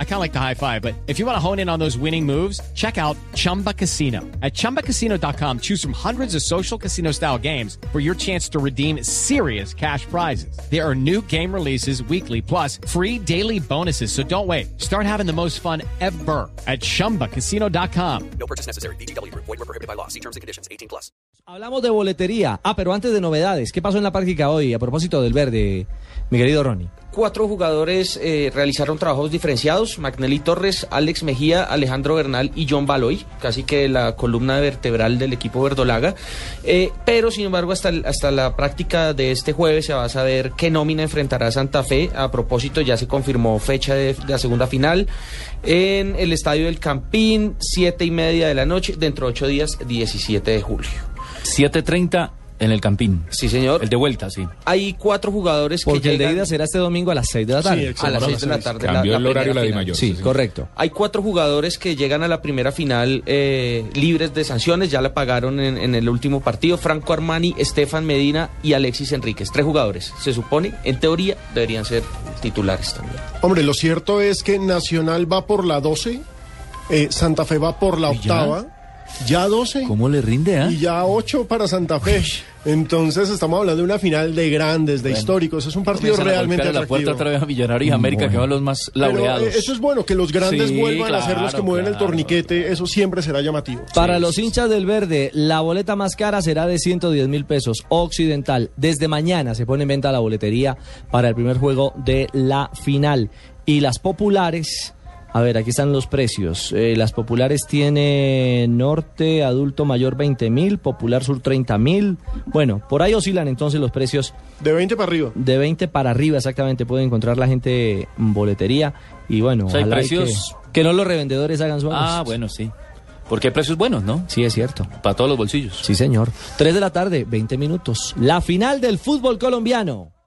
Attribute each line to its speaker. Speaker 1: I kind of like the high five, but if you want to hone in on those winning moves, check out Chumba Casino. At chumbacasino.com, choose from hundreds of social casino style games for your chance to redeem serious cash prizes. There are new game releases weekly, plus free daily bonuses. So don't wait. Start having the most fun ever at chumbacasino.com.
Speaker 2: No purchase necessary. BGW. Void were prohibited by law. See terms and conditions. 18 plus.
Speaker 3: Hablamos de boletería. Ah, pero antes de novedades, ¿qué pasó en la práctica hoy a propósito del verde, mi querido Ronnie?
Speaker 4: Cuatro jugadores eh, realizaron trabajos diferenciados, Magnelli Torres, Alex Mejía, Alejandro Bernal y John Baloy, casi que la columna vertebral del equipo verdolaga. Eh, pero, sin embargo, hasta, el- hasta la práctica de este jueves se va a saber qué nómina enfrentará Santa Fe. A propósito, ya se confirmó fecha de, de la segunda final en el Estadio del Campín, siete y media de la noche, dentro de ocho días, 17 de julio.
Speaker 5: 7.30 en el Campín.
Speaker 4: Sí, señor.
Speaker 5: El de vuelta, sí.
Speaker 4: Hay cuatro jugadores
Speaker 3: Porque
Speaker 4: que
Speaker 3: el de
Speaker 4: llegan
Speaker 3: ida será este domingo a las 6 de la tarde.
Speaker 4: a las seis de la tarde.
Speaker 6: Cambió el horario
Speaker 4: primera
Speaker 6: la de
Speaker 4: final.
Speaker 6: mayor.
Speaker 3: sí, correcto.
Speaker 4: Hay cuatro jugadores que llegan a la primera final eh, libres de sanciones, ya la pagaron en, en el último partido. Franco Armani, Estefan Medina y Alexis Enríquez. Tres jugadores, se supone, en teoría, deberían ser titulares también.
Speaker 7: Hombre, lo cierto es que Nacional va por la 12, eh, Santa Fe va por la octava, ya 12
Speaker 5: ¿Cómo le rinde, ah?
Speaker 7: y ya 8 para Santa Fe. Entonces estamos hablando de una final de grandes, de históricos. Es un partido
Speaker 5: Comienzan a
Speaker 7: realmente
Speaker 5: golpear a la puerta
Speaker 7: atractivo.
Speaker 5: otra vez a Millonarios y América, que van los más
Speaker 7: Pero, eh,
Speaker 5: laureados.
Speaker 7: eso es bueno, que los grandes
Speaker 5: Sí,
Speaker 7: vuelvan a ser los que
Speaker 5: claro,
Speaker 7: mueven el
Speaker 5: claro.
Speaker 7: torniquete. Eso siempre será llamativo.
Speaker 3: Para los hinchas del verde, la boleta más cara será de 110 mil pesos occidental. Desde mañana se pone en venta la boletería para el primer juego de la final. Y las populares, a ver, aquí están los precios. Eh, las populares tiene norte, adulto mayor 20 mil, popular sur 30 mil. Bueno, por ahí oscilan entonces los precios
Speaker 7: De 20 para arriba.
Speaker 3: de 20 para arriba exactamente. Puede encontrar la gente en boletería. Y bueno,
Speaker 5: O sea, hay
Speaker 3: ojalá y
Speaker 5: precios-
Speaker 3: que, que no los revendedores hagan su
Speaker 5: ah,
Speaker 3: agosto.
Speaker 5: bueno, sí. Porque hay precios buenos, ¿no?
Speaker 3: Sí, es cierto.
Speaker 5: Para todos los bolsillos.
Speaker 3: Sí, señor. 3 de la tarde, 20 minutos. La final del fútbol colombiano.